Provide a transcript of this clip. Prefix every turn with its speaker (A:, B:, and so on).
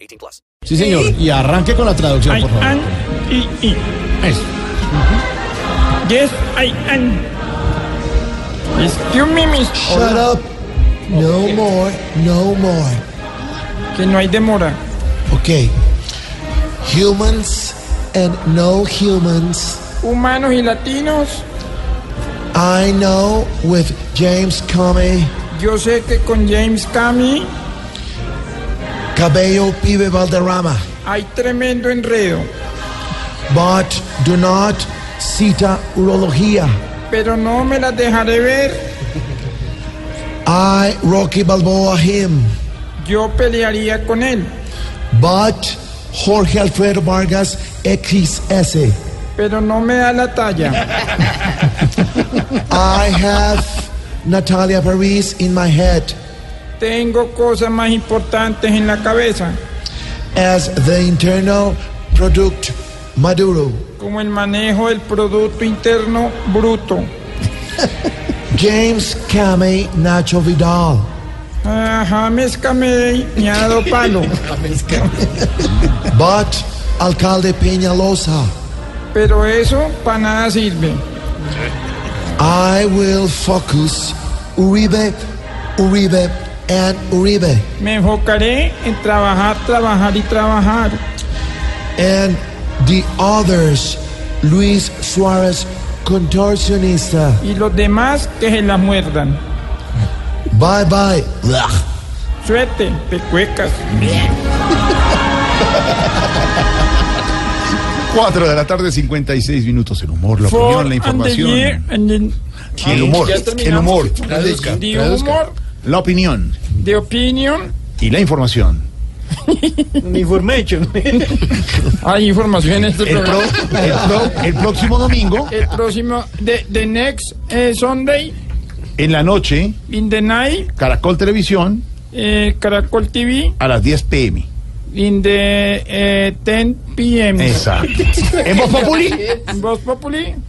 A: 18 plus.
B: Sí, señor. Y arranque con la traducción,
C: I
B: por favor.
C: am E E.
B: Eso.
C: Yes, I am. Excuse me, miss.
D: Shut up. No more. No more.
C: Que no hay demora.
D: Okay. Humans and no humans.
C: Humanos y latinos,
D: I know with James Comey,
C: yo sé que con James Cami
D: Cabello Pibe Valderrama,
C: hay tremendo enredo,
D: but do not cita urología.
C: pero no me las dejaré ver.
D: I, Rocky Balboa, him,
C: Yo pelearía con él,
D: but Jorge Alfredo Vargas XS.
C: pero no me da la talla.
D: I have Natalia Paris in my head
C: Tengo cosas más importantes en la cabeza,
D: as the internal product Maduro.
C: como el manejo del Producto Interno Bruto.
D: James Kame Nacho Vidal.
C: Ah, James Camey me ha dado palo,
D: But Alcalde Peñalosa,
C: pero eso para nada sirve.
D: I will focus Uribe, Uribe, and Uribe.
C: Me enfocaré en trabajar, trabajar y trabajar.
D: And the others, Luis Suarez Contorsionista.
C: Y los demás que se las muerdan.
D: Bye bye. Ugh.
C: Suerte, pecuecas.
E: 4 de la tarde, 56 minutos. El humor, la opinión, la información. El humor, el humor, traduzca,
C: De
E: traduzca.
C: humor,
E: la opinión
C: de opinión.
E: y la información.
C: Hay información en este
E: El, pro-
C: programa.
E: el pro- el próximo domingo,
C: El próximo, de the next eh, Sunday,
E: en la noche,
C: in the night,
E: Caracol Televisión,
C: eh, Caracol TV,
E: a las 10 pm.
C: in the eh, 10 p.m.
E: Exacto. En Voz Populi,
C: Voz Populi,